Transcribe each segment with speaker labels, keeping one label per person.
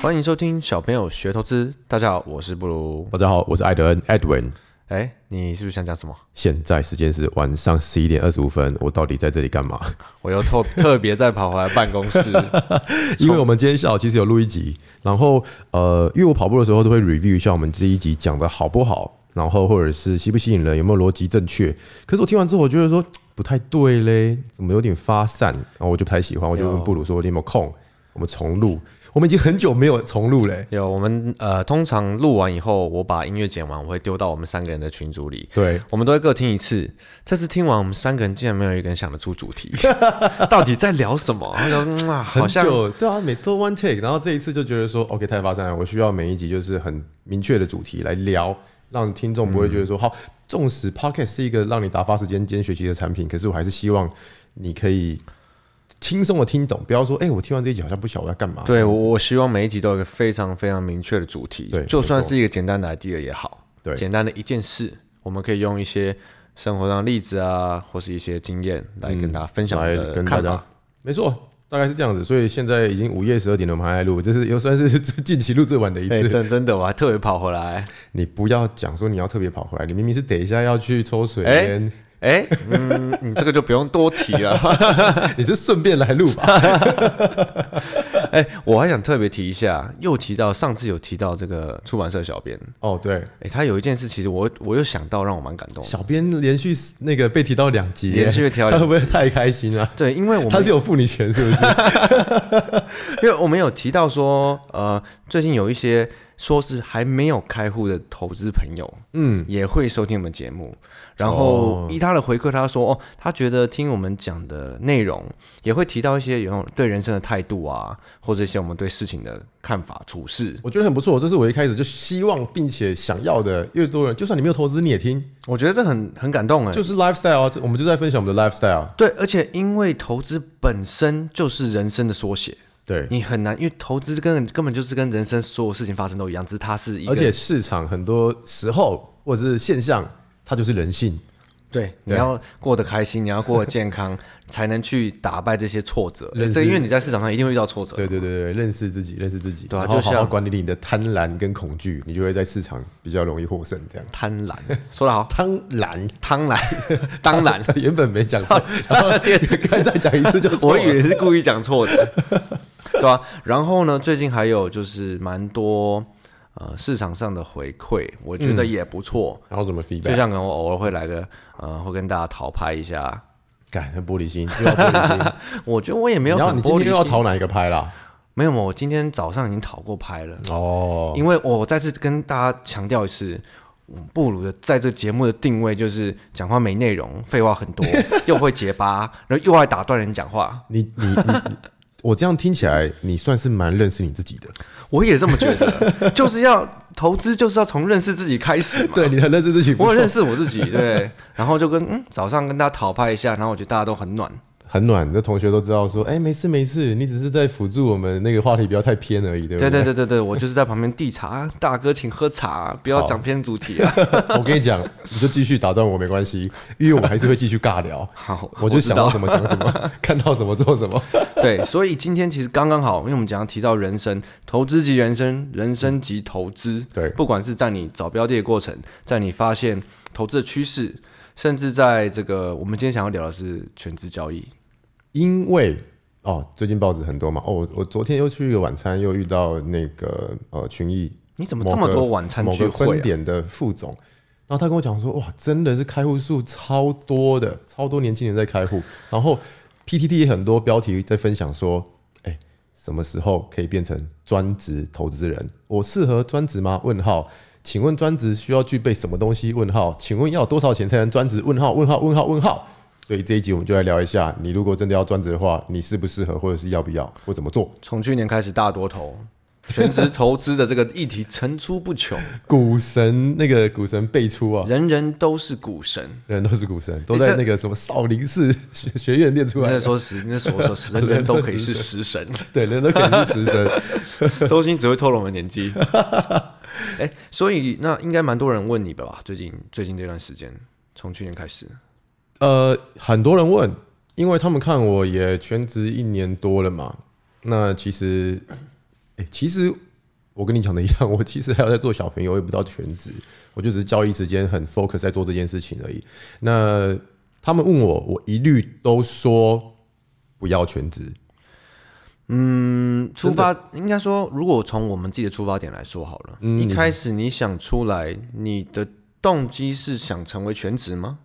Speaker 1: 欢迎收听小朋友学投资。大家好，我是布鲁。
Speaker 2: 大家好，我是艾德恩 Edwin。
Speaker 1: 哎，你是不是想讲什么？
Speaker 2: 现在时间是晚上十一点二十五分，我到底在这里干嘛？
Speaker 1: 我又特特别再跑回来办公 室。
Speaker 2: 因为我们今天下午其实有录一集，然后呃，因为我跑步的时候都会 review 一下我们这一集讲的好不好，然后或者是吸不吸引人，有没有逻辑正确。可是我听完之后，我觉得说嘖不太对嘞，怎么有点发散？然后我就不太喜欢，我就问布鲁说：“你有没有空？我们重录。”我们已经很久没有重录嘞。
Speaker 1: 有我们呃，通常录完以后，我把音乐剪完，我会丢到我们三个人的群组里。
Speaker 2: 对，
Speaker 1: 我们都会各听一次，这次听完，我们三个人竟然没有一个人想得出主 题，到底在聊什么？然后就嗯啊，好
Speaker 2: 很
Speaker 1: 像
Speaker 2: 久，对啊，每次都 one take，然后这一次就觉得说，OK，太发散了，我需要每一集就是很明确的主题来聊，让听众不会觉得说，
Speaker 1: 嗯
Speaker 2: 好，纵使 Pocket 是一个让你打发时间兼学习的产品，可是我还是希望你可以轻松的听懂，不要说，哎、我听完这一集好像不晓得我在干嘛。
Speaker 1: 对我，我希望每一集都有一个非常非常明确的主题，
Speaker 2: 对
Speaker 1: 就算
Speaker 2: 没错
Speaker 1: 是一个简单的 idea 也好，
Speaker 2: 对
Speaker 1: 简单的一件事，我们可以用一些生活上的例子啊，或是一些经验来跟大家分享我
Speaker 2: 来
Speaker 1: 们的
Speaker 2: 跟
Speaker 1: 呃
Speaker 2: 大
Speaker 1: 看
Speaker 2: 家
Speaker 1: 法。，
Speaker 2: 没错。大概是这样子，所以现在已经午夜十二点了，我们还在录，这是又算是近期录最晚的一
Speaker 1: 哎，
Speaker 2: 次。
Speaker 1: 真真的，我还特别跑回 来，
Speaker 2: 你不要讲说你要特别跑回来，你明明是等一下要去抽水
Speaker 1: 哎
Speaker 2: 烟，
Speaker 1: 哎，嗯，你这个就不用多提了。
Speaker 2: 你是顺便来录吧？
Speaker 1: 哎，我还想特别提一下，又提到上次有提到这个出版社小编，
Speaker 2: 哦，对，
Speaker 1: 哎，他有一件事，其实我我又想到，让我蛮感动的，
Speaker 2: 小编连续那个被提到两集耶，
Speaker 1: 连续被提到两
Speaker 2: 他
Speaker 1: 集
Speaker 2: 会不会太开心了、
Speaker 1: 对，因为我们
Speaker 2: 他是有付你钱是不 是？
Speaker 1: 因为我们有提到说，呃，最近有一些说是还没有开户的投资朋友
Speaker 2: 嗯，哦
Speaker 1: 也会收听我们节目，然后依他的回馈，他说哦，他觉得听我们讲的内容也会提到一些有那种对人生的态度啊，或者一些我们对事情的看法、处事。
Speaker 2: 我觉得很不错，这是我一开始就希望并且想要的。越多人，就算你没有投资，你也听，
Speaker 1: 我觉得这很很感动哎
Speaker 2: 就。是 lifestyle 啊，这我们就在分享我们的 lifestyle。
Speaker 1: 对，而且因为投资本身就是人生的缩写，
Speaker 2: 对，
Speaker 1: 你很难，因为投资根本根本就是跟人生所有事情发生都一样，只是它是一个
Speaker 2: 而且市场很多时候或者是现象，它就是人性。
Speaker 1: 对，你
Speaker 2: 对
Speaker 1: 要过得开心，你要过得健 康，才能去打败这些挫折。
Speaker 2: 认识
Speaker 1: 这因为你在市场上一定会遇到挫折。
Speaker 2: 对对对对，认识自己，认识自己，
Speaker 1: 对啊
Speaker 2: 然后
Speaker 1: 就像
Speaker 2: 好好管理你的贪婪跟恐惧，你就会在市场比较容易获胜。这样，
Speaker 1: 贪婪，说得好，
Speaker 2: 贪婪，
Speaker 1: 贪婪，当然，
Speaker 2: 原本没 讲错，然后刚才再讲一次就错
Speaker 1: 我
Speaker 2: 了
Speaker 1: 以为是故意讲错的， 对吧、然后呢，最近还有就是蛮多呃市场上的回馈，我觉
Speaker 2: 嗯
Speaker 1: 得也不错。
Speaker 2: 然后怎么
Speaker 1: 就
Speaker 2: feedback？
Speaker 1: 像可能我偶尔会来个，呃，会跟大家讨拍一下。
Speaker 2: 感很玻璃心，又要玻璃心。
Speaker 1: 我觉得我也没有
Speaker 2: 你要
Speaker 1: 很
Speaker 2: 你今
Speaker 1: 玻璃
Speaker 2: 天 又要
Speaker 1: 心，
Speaker 2: 讨哪一个拍啦？
Speaker 1: 没有，我今天早上已经讨过拍了。
Speaker 2: 哦，
Speaker 1: 因为我再次跟大家强调一次，布鲁的在这节目的定位就是讲话没内容，废话 很多，又会结巴，然后又爱打断人讲话。
Speaker 2: 你你你，我这样听起来，你算是蛮认识你自己的。
Speaker 1: 我也这么觉 得，就是要投资，就是要从认识自己开始嘛。
Speaker 2: 对，你很认识自己，
Speaker 1: 我有
Speaker 2: 认
Speaker 1: 认识我自己，对，然后就跟嗯早上跟大家讨拍一下，然后我觉得大家都很暖，
Speaker 2: 很暖，这同学都知道说，哎、没事没事，你只是在辅助我们那个话题不要太偏而已，对不
Speaker 1: 对
Speaker 2: 对？
Speaker 1: 对对对对，我就是在旁边递茶，大哥请喝茶，不要
Speaker 2: 好
Speaker 1: 讲偏主题 啊。
Speaker 2: 我跟你讲，你就继续打断我没关系，因为我们还是会继续尬聊。
Speaker 1: 好，
Speaker 2: 我就
Speaker 1: 知
Speaker 2: 想
Speaker 1: 道
Speaker 2: 到什么讲什么， 看到什么做什么。
Speaker 1: 对，所以今天其实刚刚好，因为我们讲到提到人生，投资及人生，人生及投资。
Speaker 2: 对
Speaker 1: 不管是在你找标的的过程，在你发现投资的趋势，甚至在这个我们今天想要聊的是全职交易。
Speaker 2: 因为哦，最近报纸很多嘛，哦，我我昨天又去一个晚餐，又遇到那个呃群益
Speaker 1: 你怎么
Speaker 2: 某
Speaker 1: 这么
Speaker 2: 个
Speaker 1: 多晚餐
Speaker 2: 某
Speaker 1: 聚
Speaker 2: 个
Speaker 1: 会
Speaker 2: 分
Speaker 1: 啊？
Speaker 2: 点的副总，然后他跟我讲说，哇，真的是开户数超多的，超多年轻人在开户，然后 PTT 也很多标题在分享说，哎、什么时候可以变成专职投资人？我适合专职吗？问号。请问专职需要具备什么东西？问号。请问要多少钱才能专职？问号。问号。问号。问号。所以这一集我们就来聊一下，你如果真的要专职的话，你适不适合，或者是要不要，或怎么做？
Speaker 1: 从去年开始大多头，全职投资的这个议题层出不穷，
Speaker 2: 股神那个股神辈出啊，
Speaker 1: 人人都是股神。
Speaker 2: 人都是股神，都
Speaker 1: 欸这
Speaker 2: 在那个什么少林寺学学院练出来
Speaker 1: 那
Speaker 2: 的。
Speaker 1: 时候是那时候说是人人都可以是食神，
Speaker 2: 对，人都可以是食 神。
Speaker 1: 周星只会透露我们年 纪。哎、所以那应该蛮多人问你吧？最近最近这段时间，从去年开始，
Speaker 2: 呃，很多人问，因为他们看我也全职一年多了嘛。那其实，哎、其实我跟你讲的一样，我其实还有在做小朋友，我也不到全职，我就只是交易时间很 focus 在做这件事情而已。那他们问我，我一律都说不要全职。
Speaker 1: 嗯，出发应该说，如果从我们自己的出发点来说好了，一开始嗯你想出来，你的动机是想成为全职吗？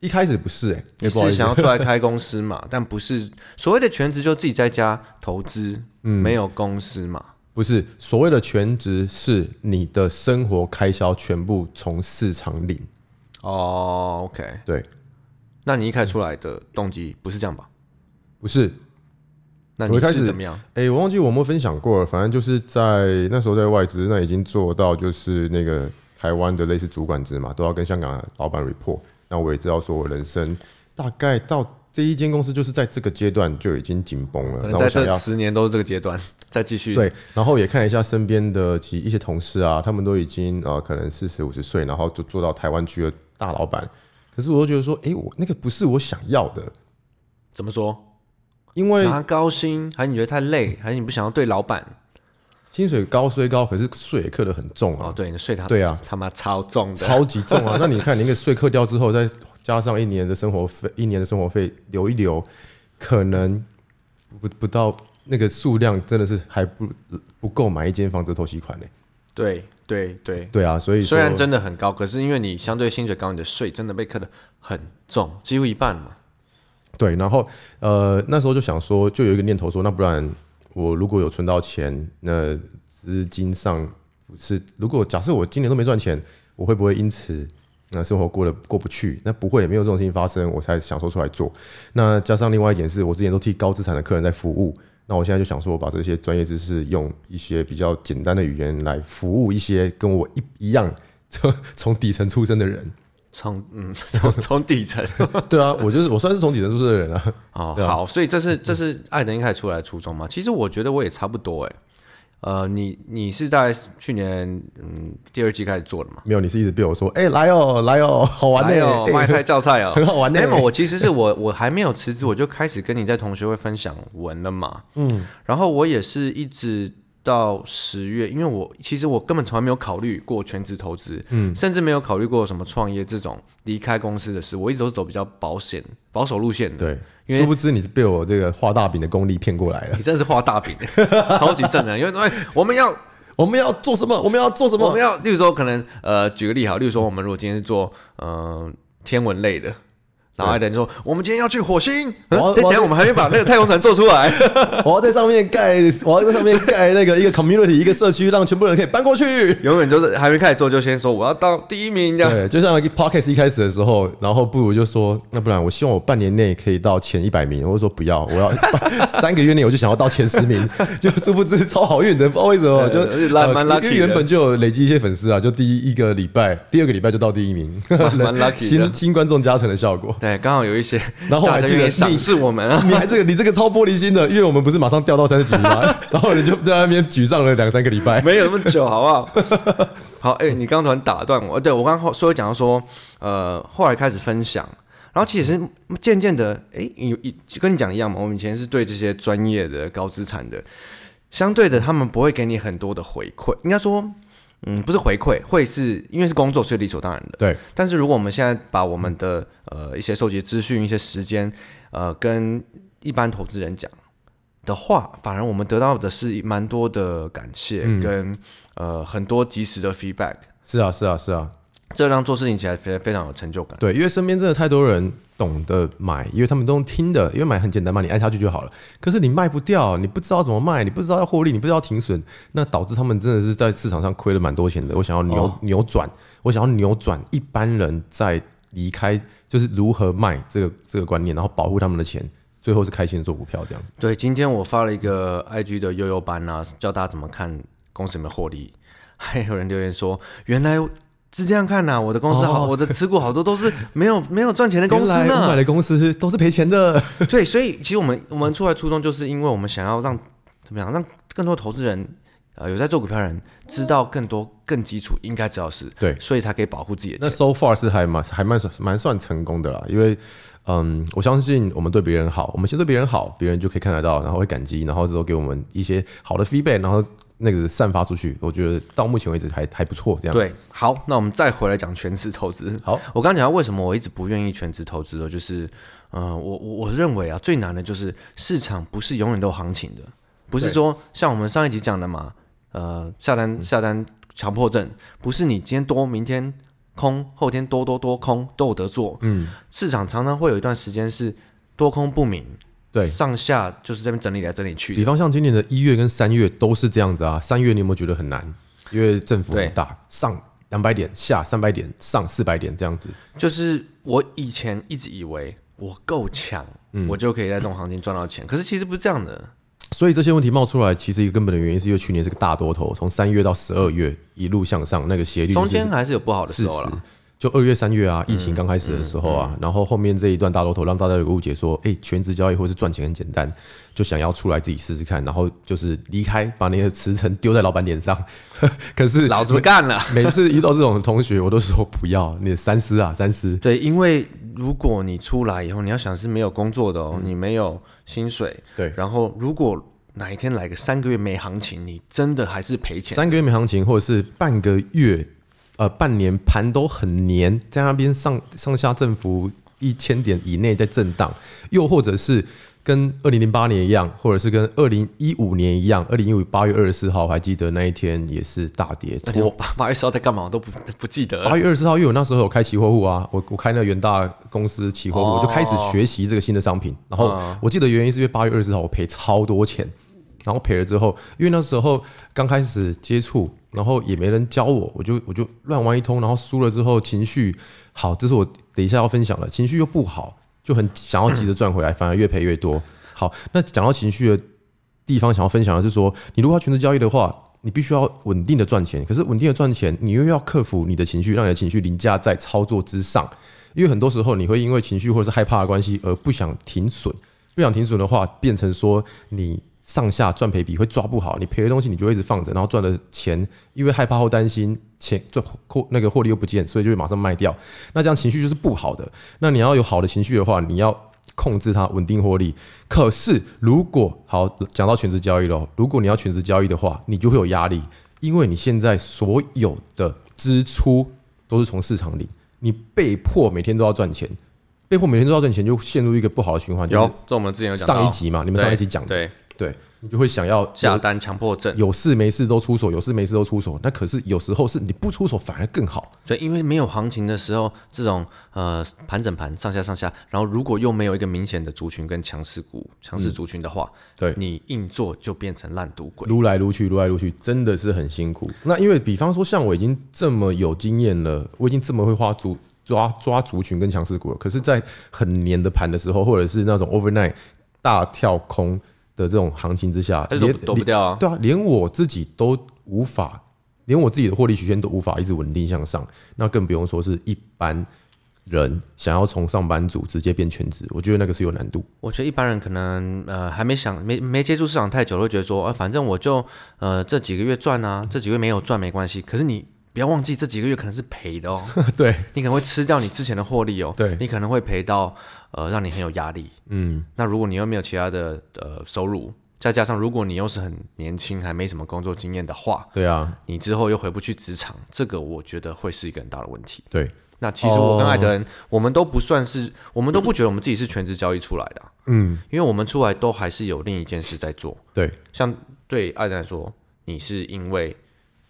Speaker 2: 一开始不是哎、欸，
Speaker 1: 你
Speaker 2: 不好意
Speaker 1: 是
Speaker 2: 思
Speaker 1: 想要出来开公司嘛？ 但不是所谓的全职，就自己在家投资，没有公司嘛？
Speaker 2: 不是所谓的全职，是你的生活开销全部从市场领。
Speaker 1: 哦，OK，
Speaker 2: 对，
Speaker 1: 那你一开始出来的动机不是这样吧？
Speaker 2: 不是
Speaker 1: 那
Speaker 2: 我
Speaker 1: 你
Speaker 2: 一开始
Speaker 1: 是怎么样？
Speaker 2: 哎、我忘记我有没有分享过了，反正就是在那时候在外资，那已经做到就是那个台湾的类似主管职嘛，都要跟香港的老板 report。那我也知道说我人生大概到这一间公司，就是在这个阶段就已经紧绷了。
Speaker 1: 可
Speaker 2: 那
Speaker 1: 能
Speaker 2: 我
Speaker 1: 在
Speaker 2: 想
Speaker 1: 这
Speaker 2: 要
Speaker 1: 十年都是这个阶段，再继续。，
Speaker 2: 对，然后也看一下身边的其一些同事啊，他们都已经呃可能四十五十岁，然后就做到台湾区的大老板。可是我又觉得说，哎、我那个不是我想要的，
Speaker 1: 怎么说？
Speaker 2: 因为
Speaker 1: 拿高薪，还是你觉得太累，还是你不想要对老板？
Speaker 2: 薪水高虽高，可是税也课得很重啊
Speaker 1: 哦，。对，你的税他
Speaker 2: 对啊，
Speaker 1: 他妈超重的，
Speaker 2: 超级重 啊！那你看，你那个税扣掉之后，再加上一年的生活费，一年的生活费留一留，可能不不到那个数量，真的是还不不够买一间房子的头期款呢、
Speaker 1: 对对对。
Speaker 2: 对啊，所以说
Speaker 1: 虽然真的很高，可是因为你相对薪水高，你的税真的被课的很重，几乎一半嘛。
Speaker 2: 对，然后呃那时候就想说，就有一个念头说，那不然我如果有存到钱，那资金上不是如果假设我今年都没赚钱，我会不会因此那生活过得过不去？那不会，也没有这种事情发生，我才想说出来做。那加上另外一点是我之前都替高资产的客人在服务，那我现在就想说，我把这些专业知识用一些比较简单的语言来服务一些跟我一一样从从底层出身的人。
Speaker 1: 从嗯 从从底层
Speaker 2: 对啊，我就是我算是从底层出身的人啊。
Speaker 1: 哦，好，所以这是这是艾登一开始出来的初衷嘛？其实我觉得我也差不多哎，呃，你你是大概去年嗯第二季开始做的嘛？
Speaker 2: 没有，你是一直被我说，哎、来哦，来哦，哎好玩的、
Speaker 1: 哎呦，
Speaker 2: 哎
Speaker 1: 卖菜叫菜哦，
Speaker 2: 很好玩的欸
Speaker 1: 没有，我其实是我我还没有辞职，我就开始跟你在同学会分享文了嘛。嗯，然后我也是一直到十月，因为我其实我根本从来没有考虑过全职投资，嗯，甚至没有考虑过什么创业这种离开公司的事。我一直都是走比较保险、保守路线的。因
Speaker 2: 对，
Speaker 1: 为
Speaker 2: 殊不知你是被我这个画大饼的功力骗过来了。
Speaker 1: 你真的是画大饼，欸 超级正能量。因为哎，我们要
Speaker 2: 我们要做什么？我们要做什
Speaker 1: 我
Speaker 2: 么
Speaker 1: 们？要，例如说可能呃，举个例好，例如说我们如果今天是做嗯、呃天文类的，然后艾伦说我们今天要去火星，
Speaker 2: 我
Speaker 1: 嗯 等
Speaker 2: 要我要
Speaker 1: 等一下我们还没把那个太空船做出来，
Speaker 2: 我要在上面盖，我要在上面盖那个一个 community，一个社区，让全部人可以搬过去。
Speaker 1: 永远就是还没开始做就先说我要到第一名这样。
Speaker 2: 对，就像 podcast 一开始的时候，然后不如就说，那不然我希望我半年内可以到前一百名，我就说不要，我要三个月内我就想要到前十名， 就殊不知超好运的，不知道为什 么，就
Speaker 1: 对蛮
Speaker 2: 呃
Speaker 1: 蛮 lucky 的
Speaker 2: 因为原本就有累积一些粉丝啊，就第一个礼拜、第二个礼拜就到第一名，
Speaker 1: 蛮 lucky 的
Speaker 2: 新新观众加成的效果。
Speaker 1: 对，刚好有一些，
Speaker 2: 然后我还
Speaker 1: 大家
Speaker 2: 记得
Speaker 1: 愿意
Speaker 2: 你
Speaker 1: 赏识我们 啊。
Speaker 2: 你还这个，你这个超玻璃心的，因为我们不是马上掉到三十几名吗？ 然后你就在那边沮丧了两三个礼拜。
Speaker 1: 没有那么久，好不好？ 好，哎、你刚刚突然打断我，对我刚刚说讲到说，呃，后来开始分享，然后其实渐渐的，哎、有一就跟你讲一样嘛，我们以前是对这些专业的高资产的，相对的他们不会给你很多的回馈，应该说，嗯，不是回馈，会是因为是工作，所以理所当然的。
Speaker 2: 对，
Speaker 1: 但是如果我们现在把我们的呃一些收集资讯、一些时间，呃，跟一般投资人讲的话，反而我们得到的是蛮多的感谢，跟呃很多及时的 feedback，
Speaker 2: 是啊，是啊，是啊，
Speaker 1: 这让做事情起来非非常有成就感。
Speaker 2: 对，因为身边真的太多人懂得买，因为他们都用听的，因为买很简单嘛，你按下去就好了。可是你卖不掉，你不知道怎么卖，你不知道要获利，你不知道停损，那导致他们真的是在市场上亏了蛮多钱的。我想要扭、
Speaker 1: 哦
Speaker 2: 扭转，我想要扭转一般人在离开就是如何卖这个这个观念，然后保护他们的钱，最后是开心的做股票这样子。
Speaker 1: 对，今天我发了一个 IG 的悠悠班啊，教大家怎么看公司有没有获利， 还有人留言说，原来是这样看呐、我的公司好，
Speaker 2: 哦
Speaker 1: 我的持股好多都是没有没有赚钱的公司呢。
Speaker 2: 原来我买的公司都是赔 钱的，
Speaker 1: 对，所以其实我们我们出来初衷，就是因为我们想要让怎么样，让更多投资人，呃，有在做股票的人知道更多更基础应该知道是，
Speaker 2: 对
Speaker 1: 所以才可以保护自己的
Speaker 2: 那
Speaker 1: 钱。
Speaker 2: so far 是还蛮还蛮算蛮算成功的啦，因为嗯，我相信我们对别人好，我们先对别人好，别人就可以看得到，然后会感激，然后之后给我们一些好的 feedback，然后那个散发出去，我觉得到目前为止还还不错。这样，
Speaker 1: 对，好，那我们再回来讲全职投资。
Speaker 2: 好，
Speaker 1: 我刚刚讲到为什么我一直不愿意全职投资的，就是，呃，我我我认为啊，最难的就是市场不是永远都有行情的，不是
Speaker 2: 对嗯
Speaker 1: 说像我们上一集讲的嘛，呃，下单下单强迫症，不是你今天多，明天空，后天多多多空都有得做。嗯，市场常常会有一段时间是多空不明，
Speaker 2: 对
Speaker 1: 上下就是这边整理来整理去的
Speaker 2: 比方像今年的一月跟三月都是这样子啊。三月你有没有觉得很难？因为振幅
Speaker 1: 对
Speaker 2: 很大，上两百点，下三百点，上四百点这样子。
Speaker 1: 就是我以前一直以为我够强，我就可以在这种行情赚到钱，可是其实不是这样的。
Speaker 2: 所以这些问题冒出来，其实一个根本的原因是因为去年是个大多头，从三月到十二月一路向上，那个斜率
Speaker 1: 中
Speaker 2: 就是
Speaker 1: 间还是有嗯不好的
Speaker 2: 事
Speaker 1: 时
Speaker 2: 实
Speaker 1: 候啦。。
Speaker 2: 就二月、三月啊，疫情刚开始的时候啊，然后后面这一段大多头让大家有个误解，说，哎、全职交易或是赚钱很简单，就想要出来自己试试看，然后就是离开，把你的辞呈丢在老板脸上。 可是
Speaker 1: 老子不干了。
Speaker 2: 每 次遇到这种同学，我都说不要，你三思啊，三思。
Speaker 1: 对，因为如果你出来以后，你要想是没有工作的哦，你没有薪水，
Speaker 2: 对，
Speaker 1: 然后如果哪一天来个三个月没行情，你真的还是赔钱。
Speaker 2: 三个月没行情，或者是半个月、呃半年盘都很黏，在那边上上下振幅一千点以内在震荡，又或者是跟二零零八年一样，或者是跟二零一五年一样，二零一五八月二十四号我还记得那一天也是大跌，哦
Speaker 1: 那天我八八月哦十号在干嘛，我都不不记得了。
Speaker 2: 八月二十四号，因为我那时候有开期货户啊，我我开那个元大公司期货户，
Speaker 1: 哦
Speaker 2: 我就开始学习这个新的商品。然后我记得原因是因为八月二十四号我赔超多钱，然后赔了之后，因为那时候刚开始接触，然后也没人教我，我就我就乱玩一通，然后输了之后情绪好，这是我等一下要分享的，情绪又不好，就很想要急着赚回来，反而越赔越多。好，那讲到情绪的地方，想要分享的是说，你如果要全职交易的话，你必须要稳定的赚钱。可是稳定的赚钱，你又要克服你的情绪，让你的情绪凌驾在操作之上。因为很多时候你会因为情绪或者是害怕的关系而不想停损，不想停损的话，变成说你上下赚赔比会抓不好，你赔的东西你就会一直放着，然后赚的钱因为害怕或担心钱赚获那个获利又不见，所以就会马上卖掉。那这样情绪就是不好的。那你要有好的情绪的话，你要控制它，稳定获利。可是如果好讲到全职交易喽，如果你要全职交易的话，你就会有压力，因为你现在所有的支出都是从市场里，你被迫每天都要赚钱，被迫每天都要赚钱，就陷入一个不好的循环。就
Speaker 1: 有
Speaker 2: 是，
Speaker 1: 这我们之前有讲到
Speaker 2: 上一集嘛，你们上一集讲的，
Speaker 1: 对
Speaker 2: 对，你就会想要
Speaker 1: 下单强迫症，
Speaker 2: 有事没事都出手，有事没事都出手。那可是有时候是你不出手反而更好。
Speaker 1: 对，因为没有行情的时候，这种呃盘整盘上下上下，然后如果又没有一个明显的族群跟强势股、强势族群的话，
Speaker 2: 对
Speaker 1: 你硬做就变成烂赌鬼。
Speaker 2: 撸来撸去，撸来撸去，真的是很辛苦。那因为比方说，像我已经这么有经验了，我已经这么会画族抓抓族群跟强势股了，可是，在很黏的盘的时候，或者是那种 overnight 大跳空的这种行情之下，
Speaker 1: 但是躲
Speaker 2: 连
Speaker 1: 不躲不掉啊！
Speaker 2: 对啊，连我自己都无法，连我自己的获利曲线都无法一直稳定向上，那更不用说是一般人想要从上班族直接变全职，我觉得那个是有难度。
Speaker 1: 我觉得一般人可能呃还没想没没接触市场太久，会觉得说，啊，反正我就呃这几个月赚啊，这几个月没有赚没关系。可是你不要忘记，这几个月可能是赔的哦，
Speaker 2: 对，
Speaker 1: 你可能会吃掉你之前的获利哦，
Speaker 2: 对
Speaker 1: 你可能会赔到呃让你很有压力。
Speaker 2: 嗯，
Speaker 1: 那如果你又没有其他的呃收入，再加上如果你又是很年轻还没什么工作经验的话，
Speaker 2: 对啊，
Speaker 1: 你之后又回不去职场，这个我觉得会是一个很大的问题。
Speaker 2: 对，
Speaker 1: 那其实我跟艾德恩，我们都不算是，我们都不觉得我们自己是全职交易出来的啊、
Speaker 2: 嗯，
Speaker 1: 因为我们出来都还是有另一件事在做。
Speaker 2: 对，
Speaker 1: 像对艾德来说，你是因为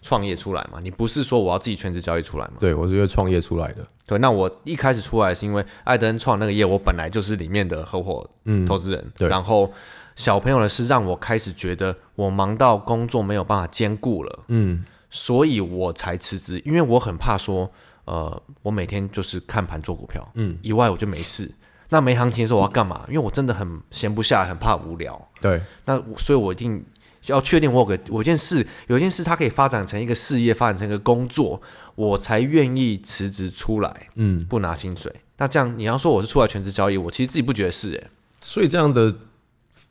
Speaker 1: 创业出来嘛，你不是说我要自己全职交易出来嘛？
Speaker 2: 对，我是因为创业出来的。
Speaker 1: 对，那我一开始出来是因为艾登创那个业，我本来就是里面的合伙投资人，
Speaker 2: 嗯对
Speaker 1: 然后小朋友的事让我开始觉得我忙到工作没有办法兼顾了，
Speaker 2: 嗯，
Speaker 1: 所以我才辞职，因为我很怕说，呃，我每天就是看盘做股票，嗯，以外我就没事。那没行情的时候我要干嘛？因为我真的很闲不下来，很怕无聊。
Speaker 2: 对，
Speaker 1: 那我所以，我一定要确定我有个我有件事，有一件事它可以发展成一个事业，发展成一个工作，我才愿意辞职出来。
Speaker 2: 嗯，
Speaker 1: 不拿薪水。那这样你要说我是出来全职交易，我其实自己不觉得是、欸，
Speaker 2: 所以这样的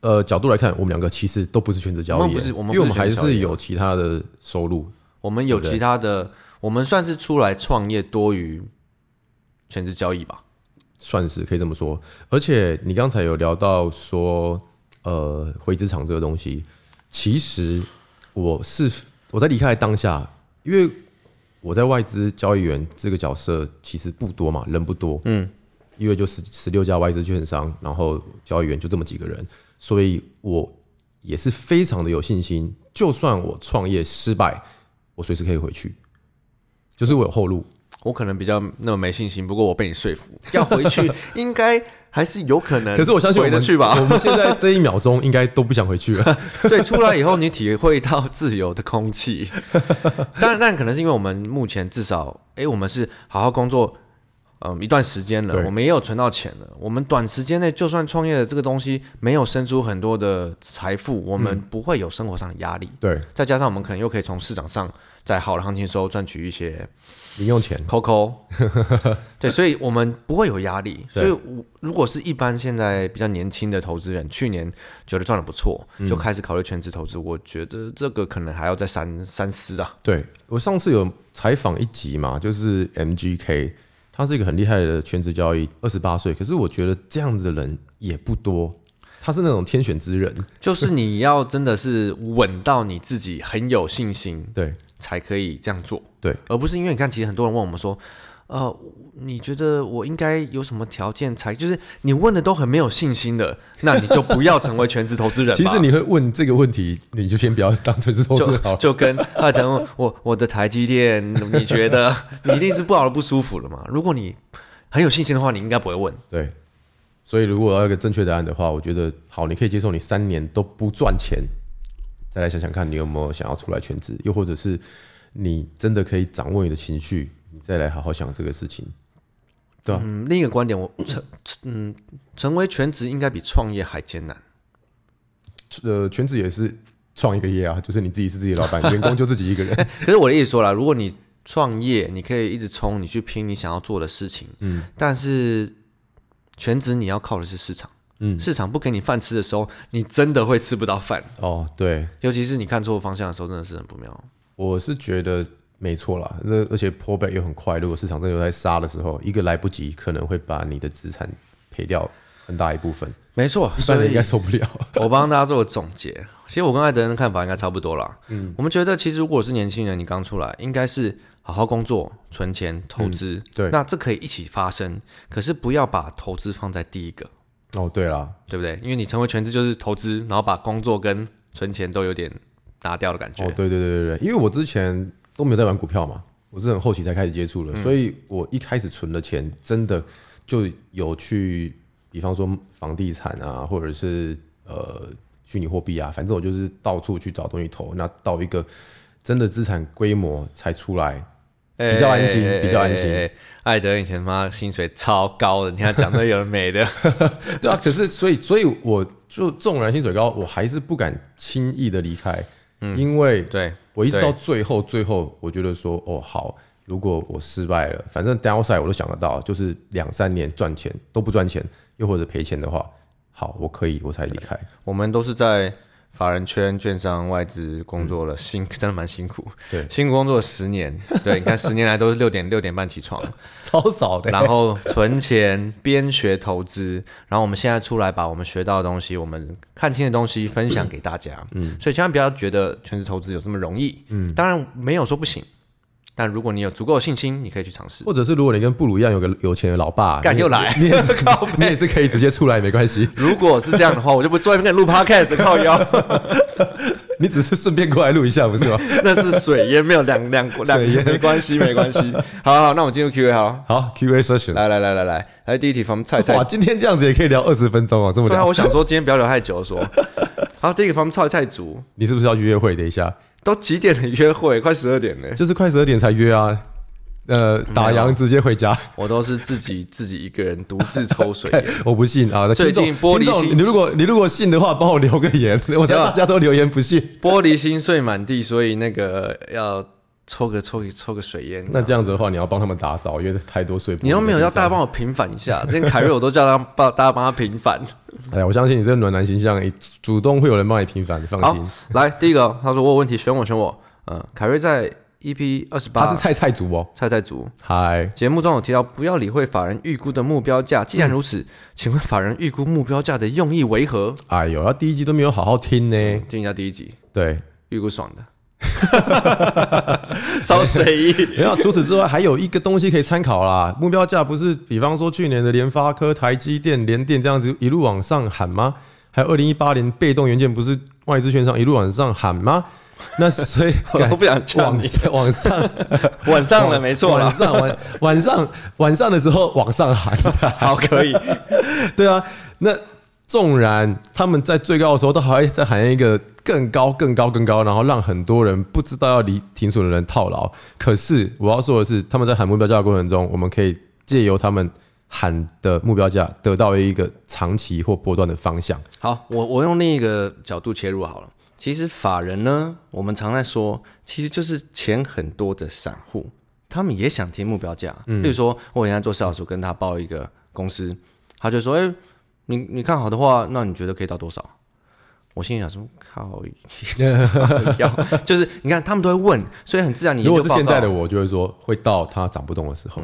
Speaker 2: 呃角度来看，我们两个其实都不是全职交易，
Speaker 1: 我们不是我们
Speaker 2: 因为我
Speaker 1: 不是
Speaker 2: 们
Speaker 1: 全
Speaker 2: 还
Speaker 1: 职交易
Speaker 2: 是有其他的收入。
Speaker 1: 我们有
Speaker 2: 对不对
Speaker 1: 其他的，我们算是出来创业多于全职交易吧。
Speaker 2: 算是可以这么说。而且你刚才有聊到说，呃，回职场这个东西，其实我是我在离开的当下，因为我在外资交易员这个角色其实不多嘛，人不多，嗯，因为就十十六家外资券商，然后交易员就这么几个人，所以我也是非常的有信心，就算我创业失败，我随时可以回去，就是我有后路。
Speaker 1: 我可能比较那么没信心，不过我被你说服，要回 去应该还是有可能。
Speaker 2: 可是我相信我
Speaker 1: 回
Speaker 2: 们
Speaker 1: 得去吧？
Speaker 2: 我们现在这一秒钟应该都不想回去了。
Speaker 1: 对，出来以后你体会到自由的空气。 当然，但可能是因为我们目前至少，诶，我们是好好工作，嗯，一段时间了，
Speaker 2: 对
Speaker 1: 我们也有存到钱了。我们短时间内就算创业的这个东西没有生出很多的财富，我们不会有生活上的压力。
Speaker 2: 对，
Speaker 1: 再加上我们可能又可以从市场上在好的行情时候赚取一些
Speaker 2: 零用钱，
Speaker 1: 扣扣， 对，所以我们不会有压力。所
Speaker 2: 对
Speaker 1: 以我，如果是一般现在比较年轻的投资人，去年觉得赚的不错，
Speaker 2: 嗯
Speaker 1: 就开始考虑全职投资，我觉得这个可能还要再三三思 啊。
Speaker 2: 对我上次有采访一集嘛，就是 MGK，他是一个很厉害的全职交易，二十八岁，可是我觉得这样子的人也不多，他是那种天选之人，
Speaker 1: 就是你要真的是稳到你自己很有信心，
Speaker 2: 对
Speaker 1: 才可以这样做，
Speaker 2: 对，
Speaker 1: 而不是因为你看，其实很多人问我们说，呃，你觉得我应该有什么条件才？就是你问的都很没有信心的，那你就不要成为全职投资人吧。
Speaker 2: 其实你会问这个问题，你就先不要当全职投资
Speaker 1: 就
Speaker 2: 好，
Speaker 1: 就跟啊，等我我我的台积电，你觉得你一定是不好的不舒服了嘛？如果你很有信心的话，你应该不会问。
Speaker 2: 对。所以，如果要一个正确答案的话，我觉得好，你可以接受你三年都不赚钱，再来想想看你有没有想要出来全职，又或者是你真的可以掌握你的情绪，你再来好好想这个事情。对啊
Speaker 1: 嗯，另一个观点，我成嗯成为全职应该比创业还艰难。
Speaker 2: 呃，全职也是创一个业啊，就是你自己是自己老板，员工就自己一个 人。
Speaker 1: 可是我的意思说了，如果你创业，你可以一直冲，你去拼你想要做的事情，
Speaker 2: 嗯，
Speaker 1: 但是全职你要靠的是市场，
Speaker 2: 嗯，
Speaker 1: 市场不给你饭吃的时候，你真的会吃不到饭，
Speaker 2: 哦，对，
Speaker 1: 尤其是你看错方向的时候，真的是很不妙。
Speaker 2: 我是觉得没错啦。那而且破败又很快，如果市场真的有在杀的时候，一个来不及，可能会把你的资产赔掉很大一部分，
Speaker 1: 没错，
Speaker 2: 一般
Speaker 1: 所
Speaker 2: 人应
Speaker 1: 以
Speaker 2: 该受不了。
Speaker 1: 我帮大家做个总结。其实我跟艾德恩的看法应该差不多啦。嗯，我们觉得其实如果是年轻人，你刚出来，应该是好好工作、存钱、投资、
Speaker 2: 嗯对
Speaker 1: 那这可以一起发生。可是不要把投资放在第一个，
Speaker 2: 哦，对啦，
Speaker 1: 对不对？因为你成为全职就是投资，然后把工作跟存钱都有点拿掉的感觉。
Speaker 2: 哦，对对对对对，因为我之前都没有在玩股票嘛，我是很后期才开始接触的，嗯所以我一开始存的钱真的就有去，比方说房地产啊，或者是呃虚拟货币啊，反正我就是到处去找东西投，那到一个真的资产规模才出 来。比较安心
Speaker 1: 哎
Speaker 2: 比较安心
Speaker 1: 哎哎哎艾德恩以前妈薪水超高的，你看讲的有的没 的。
Speaker 2: 对啊，可是所以所以我就纵然薪水高，我还是不敢轻易的离开，因为
Speaker 1: 对，
Speaker 2: 我一直
Speaker 1: 对
Speaker 2: 到最后，最后我觉得说，哦，好，如果我失败了，反正 downside 我都想得到，就是两三年赚钱都不赚钱，又或者赔钱的话，好，我可以，我才离开。
Speaker 1: 我们都是在法人圈、券商、外资工作了，辛真的蛮辛苦，
Speaker 2: 对
Speaker 1: 辛苦工作了十 年，对，你看十年来都是六点六点半起床，
Speaker 2: 超早的，
Speaker 1: 然后存钱，边学投资，然后我们现在出来把我们学到的东西，我们看清的东西分享给大家，嗯，所以千万不要觉得全职投资有这么容易，嗯，当然没有说不行，但如果你有足够的信心，你可以去尝试。
Speaker 2: 或者是如果你跟布鲁一样有个有钱的老爸，
Speaker 1: 干
Speaker 2: 你
Speaker 1: 又来， 靠
Speaker 2: 你
Speaker 1: 背
Speaker 2: 也是可以直接出来，没关系，
Speaker 1: 如果是这样的话，我就不坐在那边跟你录 podcast 靠腰。
Speaker 2: 你只是顺便过来录一下，不是吗？
Speaker 1: 那是水淹，没有两两两，
Speaker 2: 水淹
Speaker 1: 没关系，没关系。好好，那我们进入 Q&A 好，
Speaker 2: 好，Q A session，
Speaker 1: 来来来来来，来第一题from 菜菜
Speaker 2: 哇，。今天这样子也可以聊二十分钟哦，这么
Speaker 1: 对啊，
Speaker 2: 聊，
Speaker 1: 我想说今天不要聊太久，说。好，第一个 from 菜菜组
Speaker 2: 你是不是要去约会？等一下，
Speaker 1: 都几点了约会？快十二点了，
Speaker 2: 就是快十二点才约啊，呃，打烊直接回家。
Speaker 1: 我都是自己自己一个人独自抽水。
Speaker 2: 我不信啊！那
Speaker 1: 最近
Speaker 2: 听众
Speaker 1: 玻璃
Speaker 2: 听众
Speaker 1: 心啊
Speaker 2: 你如果你如果信的话，帮我留个言， 我知道大家都留言 不信。
Speaker 1: 玻璃心碎满地，所以那个要抽个抽个抽个水烟。
Speaker 2: 那这样子的话，你要帮他们打扫，因为太多碎玻璃
Speaker 1: 你又没有
Speaker 2: 在
Speaker 1: 要
Speaker 2: 地
Speaker 1: 大
Speaker 2: 上
Speaker 1: 家帮我平反一下，之前凯瑞我都叫他帮大家帮他平反。
Speaker 2: 哎呀，我相信你这个暖男形象，你主动会有人帮你平反，你放
Speaker 1: 好
Speaker 2: 心。，
Speaker 1: 来第一个，他说我有问题，选我选我。嗯，凯瑞在 EP 二十
Speaker 2: 他是
Speaker 1: 八，
Speaker 2: 菜菜主哦，
Speaker 1: 菜菜组
Speaker 2: 嗨，
Speaker 1: 节目中有提到，不要理会法人预估的目标价。既然如此，请问法人预估目标价的用意为何？嗯
Speaker 2: 哎呦，他第一集都没有好好听呢。
Speaker 1: 听一下第一集，
Speaker 2: 对，
Speaker 1: 预估爽的， 超随意。
Speaker 2: 没有，除此之外还有一个东西可以参考啦。目标价不是，比方说去年的联发科、台积电、联电这样子一路往上喊吗？还有二零一八年被动元件不是外资券商一路往上喊吗？那所以
Speaker 1: 我都不想叫
Speaker 2: 往
Speaker 1: 你，
Speaker 2: 上往上
Speaker 1: 晚上了，没错
Speaker 2: 晚
Speaker 1: 了。
Speaker 2: 上晚晚上晚上的时候往 上喊，
Speaker 1: 好，可以。
Speaker 2: 对啊，那纵然他们在最高的时候，都还会再喊一个更高、更高、更高，然后让很多人不知道要离停损的人套牢。可是我要说的是，他们在喊目标价的过程中，我们可以借由他们喊的目标价，得到一个长期或波段的方向。
Speaker 1: 好，我我用另一个角度切入好了。其实法人呢，我们常在说，其实就是钱很多的散户，他们也想听目标价。嗯，例如说，我原来做销售，跟他报一个公司，他就说：“哎、你你看好的话，那你觉得可以到多少？”我心里想说：“靠 腰，就是你看他们都会问，所以很自然你
Speaker 2: 如
Speaker 1: 研
Speaker 2: 果
Speaker 1: 究嗯
Speaker 2: 是
Speaker 1: 报告嗯
Speaker 2: 现在 的我，就会说会到它涨不动的时候。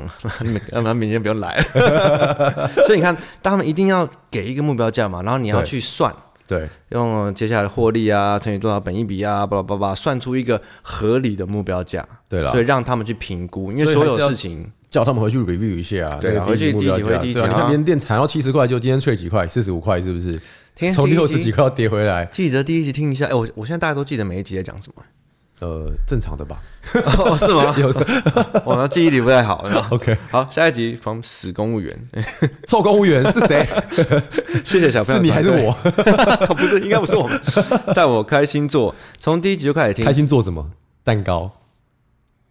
Speaker 1: 要不然明天不用来了。 所以你看，他们一定要给一个目标价嘛，然后你要
Speaker 2: 对
Speaker 1: 去算，
Speaker 2: 对，
Speaker 1: 用接下来的获利啊，乘以多少本益比啊，巴拉巴拉巴拉，算出一个合理的目标价。
Speaker 2: 对啦
Speaker 1: 所以让他们去评估，因为
Speaker 2: 所以
Speaker 1: 所
Speaker 2: 还是
Speaker 1: 有
Speaker 2: 要
Speaker 1: 事情
Speaker 2: 叫他们回去 review 一下、啊，
Speaker 1: 对啊
Speaker 2: 那个低级
Speaker 1: 回
Speaker 2: 目
Speaker 1: 去低
Speaker 2: 标
Speaker 1: 级
Speaker 2: 价。
Speaker 1: 回去低级
Speaker 2: 对啊，你
Speaker 1: 啊
Speaker 2: 看连电产到七十块，就今天睡几块，四十五块，是不是？
Speaker 1: 天
Speaker 2: 从
Speaker 1: 第一集
Speaker 2: 六十几块要跌回来。
Speaker 1: 记得第一集听一下。哎，我我现在大家都记得每一集在讲什么，
Speaker 2: 呃，正常的吧。
Speaker 1: 哦，是 吗？
Speaker 2: 有的
Speaker 1: 我的记忆力不太好。有没 有
Speaker 2: OK
Speaker 1: 好，下一集从死公务 员，
Speaker 2: 臭公 务员是谁？
Speaker 1: 谢谢小朋友，
Speaker 2: 是你还是
Speaker 1: 团队？
Speaker 2: 我？
Speaker 1: 不是，应该不是我 们。但我开心做，从第一集就开始听，
Speaker 2: 开心做什么？蛋糕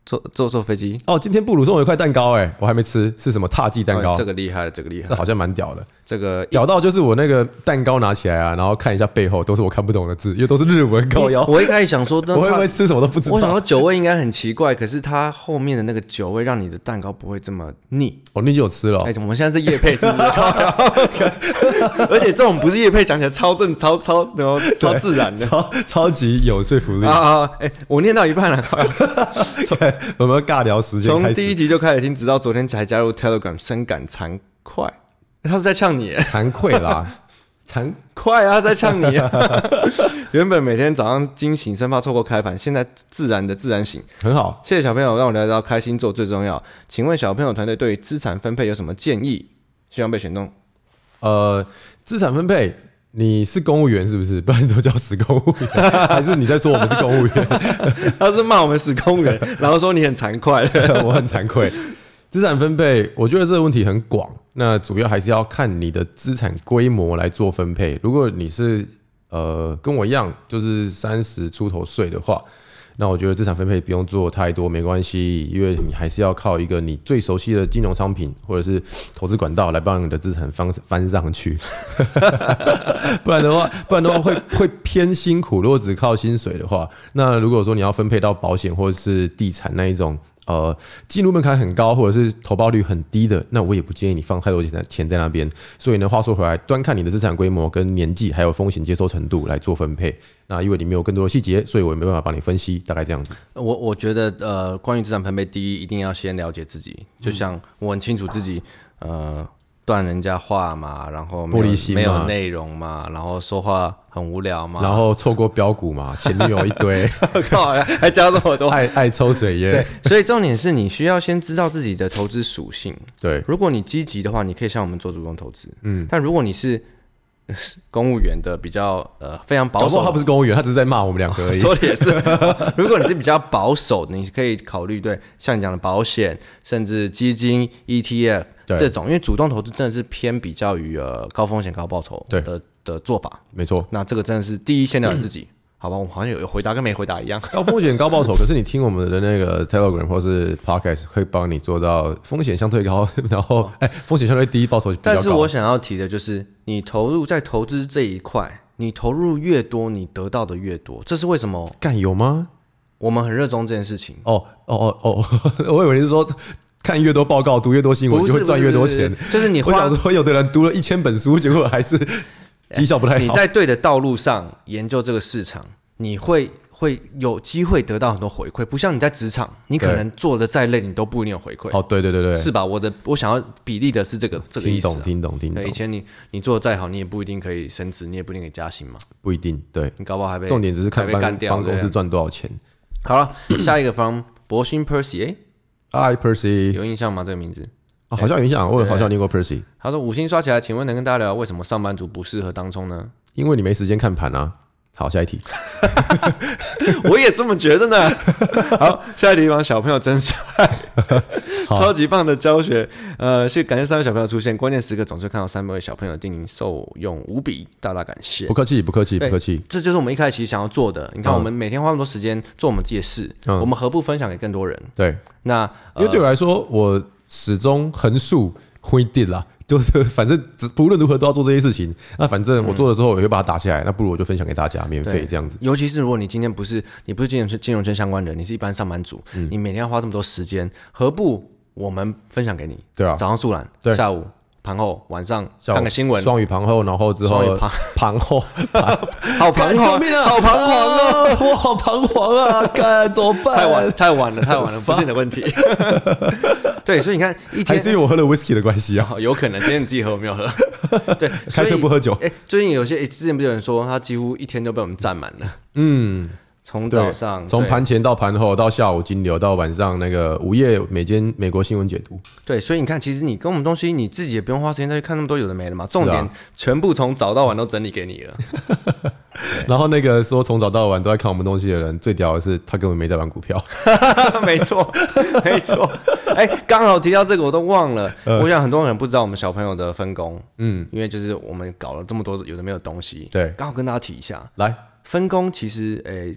Speaker 1: 坐坐坐飞机
Speaker 2: 哦，今天布鲁送我一块蛋糕、哎，我还没吃，是什么踏迹蛋糕？
Speaker 1: 哦这
Speaker 2: 这
Speaker 1: 个厉害了，这个厉害了，
Speaker 2: 好像蛮屌的，
Speaker 1: 这个
Speaker 2: 屌到就是我那个蛋糕拿起来啊，然后看一下背后都是我看不懂的字，因为都是日文高腰，
Speaker 1: 我一开始想说，那
Speaker 2: 我会不
Speaker 1: 它
Speaker 2: 会吃什么都不知
Speaker 1: 我想
Speaker 2: 道
Speaker 1: 说。酒味应该很奇怪，可是它后面的那个酒味让你的蛋糕不会这么腻。
Speaker 2: 哦，你已经有吃了哦、
Speaker 1: 哎、我们现在是夜配，是 不是？靠腰而且这种不是夜配，讲起来超正、超超然后超自然的
Speaker 2: 超超级有说服力
Speaker 1: 啊。啊！啊哎、我念到一半了，靠腰
Speaker 2: 我们要尬聊时间
Speaker 1: 从
Speaker 2: 开
Speaker 1: 第一
Speaker 2: 始，
Speaker 1: 集就开始听，直到昨天才加入 Telegram，深感惭愧。他是在呛你耶，
Speaker 2: 惭愧啦，惭
Speaker 1: 快啊，他在呛你。 原本每天早上惊醒，生怕错过开盘，现在自然的自然醒。
Speaker 2: 很好。
Speaker 1: 谢谢小朋友，让我了解到开心做最重要。请问小朋友团队对于资产分配有什么建议？希望被选中。
Speaker 2: 呃，资产分配，你是公务员是不是？ 不然你都叫死公务员， 还是你在说我们是公务员？
Speaker 1: 他是骂我们死工人， 然后说你很惭 愧。
Speaker 2: 我很惭愧。资产分配，我觉得这个问题很广，那主要还是要看你的资产规模来做分配。如果你是呃跟我一样，就是三十出头岁的话，那我觉得资产分配不用做太多，没关系，因为你还是要靠一个你最熟悉的金融商品或者是投资管道来帮你的资产翻翻上去。不然的话， 不然的话会会偏辛苦。如果只靠薪水的话，那如果说你要分配到保险或者是地产那一种，呃，进入门槛很高或者是投报率很低的，那我也不建议你放太多钱在钱在那边。所以呢，话说回来，端看你的资产规模、跟年纪还有风险接受程度来做分配。那因为里面有更多的细节，所以我也没办法帮你分析，大概这样子。
Speaker 1: 我我觉得呃，关于资产分配，第一一定要先了解自己，就像我很清楚自己呃断人家话嘛，然后没
Speaker 2: 玻璃
Speaker 1: 有
Speaker 2: 心
Speaker 1: 没有
Speaker 2: 嘛
Speaker 1: 内容嘛，然后说话很无聊嘛，
Speaker 2: 然后错过标股嘛，前女友一堆，
Speaker 1: 靠还加这么多。
Speaker 2: 爱爱抽水烟，
Speaker 1: 所以重点是你需要先知道自己的投资属性，
Speaker 2: 对
Speaker 1: 如果你积极的话，你可以像我们做主动投资，嗯，但如果你是 呃公务员的，比较呃非常保
Speaker 2: 搞不
Speaker 1: 守
Speaker 2: 好他不
Speaker 1: 的，
Speaker 2: 是公务员，他只是在骂我们两个 而已。
Speaker 1: 说的也是。如果你是 比较保守的，你可以考虑对像你讲的保险，甚至基金、ETF
Speaker 2: 对
Speaker 1: 这种，因为主动投资真的是偏比较于呃高风险高报酬
Speaker 2: 对
Speaker 1: 的的做法。
Speaker 2: 没错，
Speaker 1: 那这个真的是第一先了解自己，好吧？我们好像有有回答跟没回答一样。
Speaker 2: 嗯高风险高报酬，可是你听我们的那个 Telegram 或是 Podcast 会帮你做到风险相对高， 然后哎、风险相对低，报酬比较高。
Speaker 1: 但是我想要提的就是，你投入在投资这一块，你投入越多，你得到的越多，这是为什么？
Speaker 2: 干有吗？
Speaker 1: 我们很热衷这件事情。
Speaker 2: 哦哦哦哦， 我以为你是说看越多报告，读越多新闻
Speaker 1: 不
Speaker 2: 就是会赚越多，
Speaker 1: 不
Speaker 2: 钱
Speaker 1: 是。不是就是你
Speaker 2: 我
Speaker 1: 花
Speaker 2: 想说，有的人读了一千本书，结果还是绩效不太好。
Speaker 1: 你在对的道路上研究这个市场，你会会有机会得到很多回馈，不像你在职场，你可
Speaker 2: 对
Speaker 1: 能做的再累，你都不一定有回馈，
Speaker 2: 哦，对对对对，
Speaker 1: 是吧？我的我想要比例的是这个这个意
Speaker 2: 听
Speaker 1: 思、
Speaker 2: 懂
Speaker 1: 啊。
Speaker 2: 听懂听懂
Speaker 1: 对，以，前你你做的再好，你也不一定可以升职，你也不一定可以加薪嘛，
Speaker 2: 不一定对。
Speaker 1: 你搞不好还被
Speaker 2: 重点只是看
Speaker 1: 还被
Speaker 2: 办
Speaker 1: 干掉
Speaker 2: 办公
Speaker 1: 对
Speaker 2: 室
Speaker 1: 啊
Speaker 2: 赚多少钱。
Speaker 1: 好了。下一个方 博兴 Percy，哎、
Speaker 2: I Percy，
Speaker 1: 有印象吗？这个名字？
Speaker 2: 哦好像有影响，我好像念过 Percy，
Speaker 1: 他说五星刷起来，请问能跟大家聊聊为什么上班族不适合当冲呢？
Speaker 2: 因为你没时间看盘啊。好，下一题。
Speaker 1: 我也这么觉得 呢。好，下一个地方小朋友真帅，
Speaker 2: 好
Speaker 1: 超级棒的教学。呃，是感谢三位小朋友出现，关键时刻总是看到三位小朋友的叮咛，受用无比，大大感谢
Speaker 2: 不。客气，不客气，
Speaker 1: 对
Speaker 2: 不客气。
Speaker 1: 这就是我们一开始其实想要做的。你看，我们每天花那么多时间做我们自己的事，
Speaker 2: 嗯
Speaker 1: 我们何不分享给更多人？
Speaker 2: 对，
Speaker 1: 那呃
Speaker 2: 因为对我来说，我始终横竖灰定啦，就是 反正只不论如何都要做这些事情。那反正我做了之后，我会把它打下来，那不如我就分享给大家，免
Speaker 1: 嗯
Speaker 2: 费
Speaker 1: 对
Speaker 2: 这样子。
Speaker 1: 尤其是如果你今天不是你不是金融圈金融圈相关的人，你是一般上班族，
Speaker 2: 嗯
Speaker 1: 你每天要花这么多时间，何不我们分享给你？
Speaker 2: 对啊，
Speaker 1: 早上速览，
Speaker 2: 对
Speaker 1: 下午盘后，晚上
Speaker 2: 像
Speaker 1: 看个新闻，
Speaker 2: 双语旁后，然后之
Speaker 1: 双
Speaker 2: 后
Speaker 1: 语旁
Speaker 2: 旁 后，
Speaker 1: 好彷徨，好彷徨哦。
Speaker 2: 啊！我好彷徨啊！干怎么办？
Speaker 1: 太晚，太晚了，太晚 了，不是你的问题。 对，所以你看，一
Speaker 2: 还
Speaker 1: 天哦
Speaker 2: 是因为我喝了 whisky 的关系啊。
Speaker 1: 好有可能，今天你自己喝，我没有 喝。对，
Speaker 2: 开车
Speaker 1: 所以
Speaker 2: 不喝酒
Speaker 1: 哎，最近有些，哎，之前不是有人说他几乎一天都被我们占满了，
Speaker 2: 嗯，
Speaker 1: 从
Speaker 2: 对
Speaker 1: 早上
Speaker 2: 从
Speaker 1: 对
Speaker 2: 盘前到盘后，到下午金流，到晚上那个午夜每间美国新闻解读。
Speaker 1: 对，所以你看，其实你跟我们东西，你自己也不用花时间再去看那么多有的没的嘛。
Speaker 2: 啊
Speaker 1: 重点全部从早到晚都整理给你了。
Speaker 2: 然后那个说从早到晚都在看我们东西的人，最屌的是他根本没在玩股票。
Speaker 1: 没错，没错。哎、刚好提到这个，我都忘了。
Speaker 2: 呃
Speaker 1: 我想很多人不知道我们小朋友的分工，嗯，因为就是我们搞了这么多有的没有的东西，
Speaker 2: 对
Speaker 1: 刚好跟大家提一下
Speaker 2: 来，
Speaker 1: 分工。其实，哎、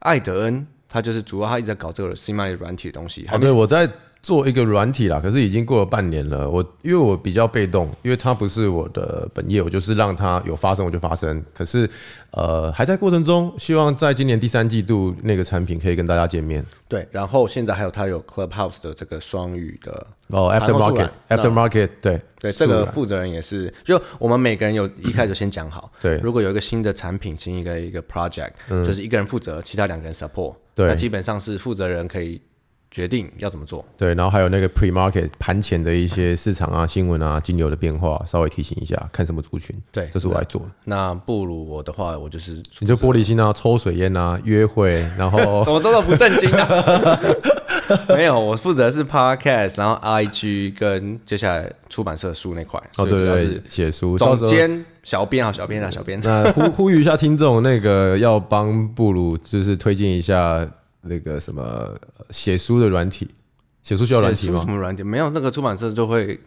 Speaker 1: 艾德恩他就是主要他一直在搞这个 C 麦软体的东西，还
Speaker 2: 哦，
Speaker 1: 没、
Speaker 2: 对，我在做一个软体啦，可是已经过了半年了。我因为我比较被动，因为它不是我的本业，我就是让它有发生我就发生。可是呃，还在过程中，希望在今年第三季度那个产品可以跟大家见面。
Speaker 1: 对。然后现在还有他有 Clubhouse 的这个双语的
Speaker 2: 哦
Speaker 1: 盘后速览
Speaker 2: ，aftermarket，aftermarket，对
Speaker 1: 对，这
Speaker 2: 速
Speaker 1: 个
Speaker 2: 览，
Speaker 1: 负责人也是，就我们每个人有一开始就先讲好
Speaker 2: 对嗯
Speaker 1: 如果有一个新的产品，新一个一个 project，、就是一个人负责，其他两个人 support，
Speaker 2: 对
Speaker 1: 那基本上是负责人可以决定要怎么做。
Speaker 2: 对，然后还有那个 pre market 盘前的一些市场啊、新闻啊、金流的变化，稍微提醒一下，看什么族群。
Speaker 1: 对
Speaker 2: 这是我来做的。
Speaker 1: 那不如我的话，我就是 怎
Speaker 2: 你就玻璃心啊、抽水烟啊、约会，然后哦
Speaker 1: 么都不正经啊。 没有，我负责是 podcast，然后 IG 跟接下来出版社书那块。
Speaker 2: 哦，对对
Speaker 1: 所以
Speaker 2: 对，写书，
Speaker 1: 主要
Speaker 2: 到
Speaker 1: 是总
Speaker 2: 时候
Speaker 1: 监、小编啊，小编啊，小编。
Speaker 2: 那呼呼吁一下听众，那个要帮布鲁就是推荐一下那个什么呃写书的软体，写书需要软
Speaker 1: 写
Speaker 2: 体
Speaker 1: 书
Speaker 2: 吗
Speaker 1: 什？么软体？没有，那个出版社就会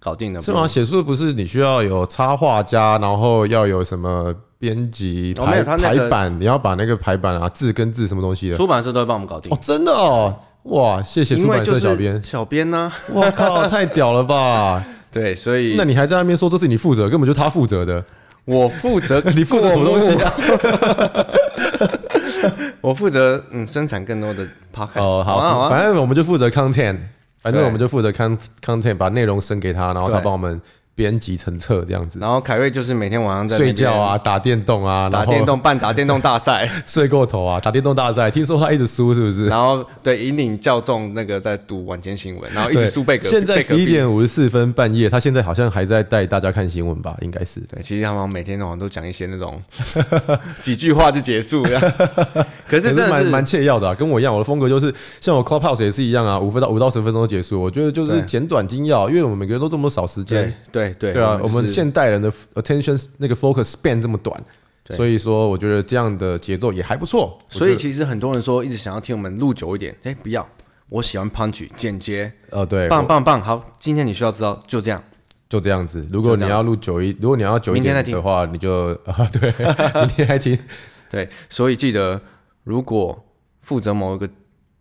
Speaker 1: 搞定的。
Speaker 2: 是吗？写书不是你需要有插画家，然后要有什么编辑
Speaker 1: 哦没
Speaker 2: 排
Speaker 1: 有他那个
Speaker 2: 排版，你要把那个排版啊字跟字什么东西的
Speaker 1: 出版社都会帮我们搞定
Speaker 2: 哦，。真的哦，哇，谢谢
Speaker 1: 因
Speaker 2: 出
Speaker 1: 为
Speaker 2: 版
Speaker 1: 就
Speaker 2: 社
Speaker 1: 是
Speaker 2: 小编，
Speaker 1: 小编呢、
Speaker 2: 我靠，太屌了 吧！
Speaker 1: 对，所以
Speaker 2: 那你还在那边说这是你负责，根本就他负责的，
Speaker 1: 我负责
Speaker 2: 你负责什么东西啊？
Speaker 1: 我负责嗯生产更多的 podcast。
Speaker 2: 哦，好，
Speaker 1: 啊好啊，
Speaker 2: 反正我们就负责 content，反正
Speaker 1: 对
Speaker 2: 我们就负责 con content，把内容生给他，然后他
Speaker 1: 对
Speaker 2: 帮我们编辑成册这样子。
Speaker 1: 然后凯瑞就是每天晚上在那
Speaker 2: 睡
Speaker 1: 边
Speaker 2: 觉啊，打电动啊，
Speaker 1: 打
Speaker 2: 然后
Speaker 1: 电动，办打电动大 赛，
Speaker 2: 睡过头啊，打电动大赛，听说他一直输，是不是？
Speaker 1: 然后对引领教众那个在读晚间新闻，然 后一直
Speaker 2: 对
Speaker 1: 输贝格，
Speaker 2: 现在
Speaker 1: 贝格
Speaker 2: 十
Speaker 1: 比
Speaker 2: 一。点五十四分半夜，他现在好像还在带大家看新闻吧？应该是。
Speaker 1: 对，其实他们每天好像都讲一些那 种几句话就结束了，可
Speaker 2: 可
Speaker 1: 是真
Speaker 2: 是
Speaker 1: 的
Speaker 2: 蛮
Speaker 1: 是
Speaker 2: 蛮切要的、啊，跟我一样，我的风格就是像我 Clubhouse 也是一样啊，五分到五到十分钟就结束。我觉得就是
Speaker 1: 对
Speaker 2: 简短精要，因为我们每个人都这么少时间
Speaker 1: 对，对对
Speaker 2: 对啊，我们
Speaker 1: 就是
Speaker 2: 现代人的 attention 那个 focus span 这么短，
Speaker 1: 对
Speaker 2: 所以说我觉得这样的节奏也还不错。
Speaker 1: 所
Speaker 2: 我
Speaker 1: 以
Speaker 2: 觉
Speaker 1: 其实很多人说一直想要听我们录久一点，哎，不要，我喜欢 punch 简洁，
Speaker 2: 得呃，对，
Speaker 1: 棒
Speaker 2: 我
Speaker 1: 棒棒，好，今天你需要知道就这样，
Speaker 2: 就这样子。如果你要录久一，如果你要久一
Speaker 1: 明天再
Speaker 2: 点
Speaker 1: 听
Speaker 2: 的话，你就 啊， 对，明天还听。
Speaker 1: 对，所以记得如果负责某一个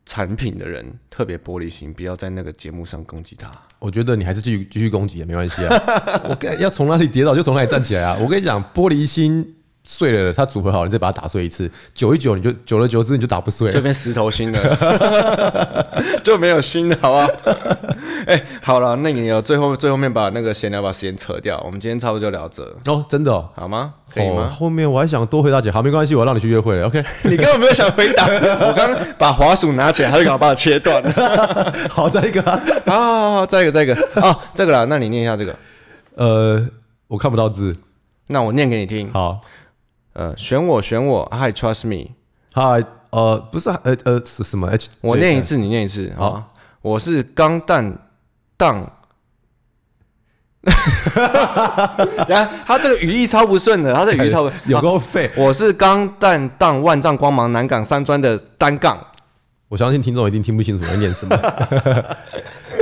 Speaker 1: 产品的人特别玻璃心，不要在那个节目上攻击他。
Speaker 2: 我觉得你还是 继续继续攻击也没关系啊。我该要从哪里跌倒就从哪里站起来啊！我跟你讲，玻璃心碎了的，它组合好了，你再把它打碎一次，久一久你就久了久之你就打不碎
Speaker 1: 就
Speaker 2: 了。
Speaker 1: 变石头心了，就没有心了，好吧？哎、好了，那你有最后最后面把那个闲聊把时间扯掉，我们今天差不多就聊这，
Speaker 2: 哦，真的哦，
Speaker 1: 好吗？可以
Speaker 2: 哦
Speaker 1: 吗？
Speaker 2: 后面我还想多回答几行，没关系，我让你去约会了。OK，
Speaker 1: 你根本没有想回答，我刚刚把滑鼠拿起来，他就刚好把我切断了。
Speaker 2: 好，再一个啊，
Speaker 1: 好好好，再一个，再一个啊、这个啦，那你念一下这个，
Speaker 2: 呃，我看不到字。
Speaker 1: 那我念给你听。
Speaker 2: 好，
Speaker 1: 呃，选我，选我，Hi trust me，
Speaker 2: 嗨，呃，不是，呃呃，是什么 H？
Speaker 1: 我念一
Speaker 2: 次。
Speaker 1: 次，你念一次啊、我是钢蛋 当。然后他这个语义超不顺的，他这个语义超不
Speaker 2: 有
Speaker 1: 好
Speaker 2: 够废。
Speaker 1: 我是钢弹荡万丈光芒南港三专的单杠，
Speaker 2: 我相信听众一定听不清楚我在念 什么。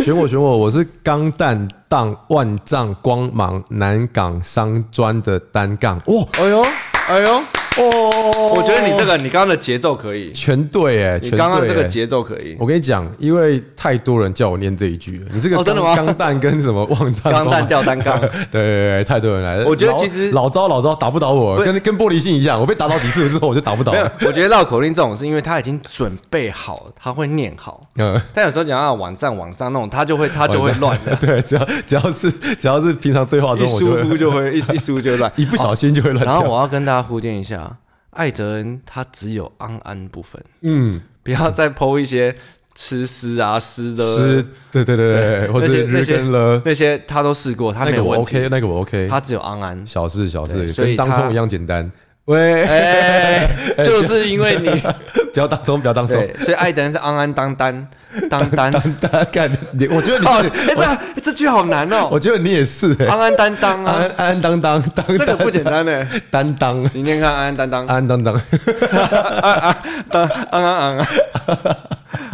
Speaker 2: 选我，选我，我是钢弹荡万丈光芒南港商专的单杠。哦哇
Speaker 1: 哎呦哎呦，
Speaker 2: 哦，
Speaker 1: 我觉得你这个你刚刚的节奏可以，
Speaker 2: 全对哎，
Speaker 1: 你
Speaker 2: 全对
Speaker 1: 刚刚这个
Speaker 2: 哎。
Speaker 1: 节奏可以，
Speaker 2: 我跟你讲，因为太多人叫我念这一句了，你这个
Speaker 1: 哦真的吗
Speaker 2: 钢钢弹跟什么 万丈光
Speaker 1: 钢弹
Speaker 2: 芒？
Speaker 1: 吊单杠，
Speaker 2: 对对对，对太多人来了。
Speaker 1: 我觉得
Speaker 2: 老
Speaker 1: 其实
Speaker 2: 老招老招打不倒我，跟跟玻璃心一样，我被打倒几次之后我就打不倒
Speaker 1: 没有
Speaker 2: 了。，
Speaker 1: 我觉得绕口令这种是因为他已经准备好了，他会念好，
Speaker 2: 嗯，
Speaker 1: 但有时候你要让他网站往上弄，他就会他就会乱的，
Speaker 2: 对，只要只要是只要是平常对话
Speaker 1: 一
Speaker 2: 中，啊我就
Speaker 1: 疏
Speaker 2: 会
Speaker 1: 忽就会一一疏忽就会乱。 哦
Speaker 2: 一不小心就会乱
Speaker 1: 然后
Speaker 2: 掉。
Speaker 1: 我要跟大家呼吁一下，艾德恩他只有安安部分，
Speaker 2: 嗯，
Speaker 1: 不要再剖一些吃丝啊丝的
Speaker 2: 是，对对对对，或
Speaker 1: 那
Speaker 2: 者
Speaker 1: 些那
Speaker 2: 日
Speaker 1: 些
Speaker 2: 跟了，
Speaker 1: 那些他都试过，他没
Speaker 2: 那个
Speaker 1: 有
Speaker 2: 我
Speaker 1: 问题，
Speaker 2: OK，那个我 OK，
Speaker 1: 他只有安 安。
Speaker 2: 小事小事
Speaker 1: 对，所以
Speaker 2: 跟当
Speaker 1: 他
Speaker 2: 冲一样 简单。喂，
Speaker 1: 哎，就是因为你
Speaker 2: 不要当冲，不要当冲
Speaker 1: 对，，所以艾登是安安当丹当 丹。哦，
Speaker 2: 大家看你，我觉得
Speaker 1: 哎，
Speaker 2: 你，
Speaker 1: 这哎这句好难
Speaker 2: 我
Speaker 1: 哦，
Speaker 2: 觉得你也是，哎
Speaker 1: 安安担当
Speaker 2: 安
Speaker 1: 啊，
Speaker 2: 安安当当当
Speaker 1: 这个
Speaker 2: 当
Speaker 1: 不简单呢。
Speaker 2: 担当，安
Speaker 1: 你念看安安担当，安
Speaker 2: 安当当，
Speaker 1: 安安安安。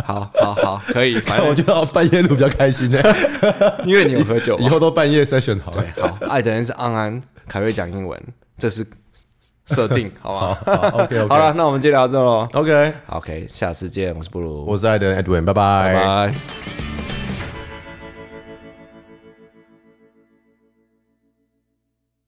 Speaker 1: 好好好，可以，反
Speaker 2: 我
Speaker 1: 正
Speaker 2: 觉得半夜录比较开心哎，
Speaker 1: 因为你有喝酒嘛
Speaker 2: 以。后都半夜 session 好了。
Speaker 1: 好，艾德恩是安安，凯瑞讲英文，这是设定，好吧？
Speaker 2: OK
Speaker 1: 好
Speaker 2: OK
Speaker 1: 了，那我们就聊到这喽。
Speaker 2: OK，
Speaker 1: OK，下次见，我是布鲁，
Speaker 2: 我是艾登 Edwin，拜
Speaker 1: 拜
Speaker 2: 拜。
Speaker 1: 拜。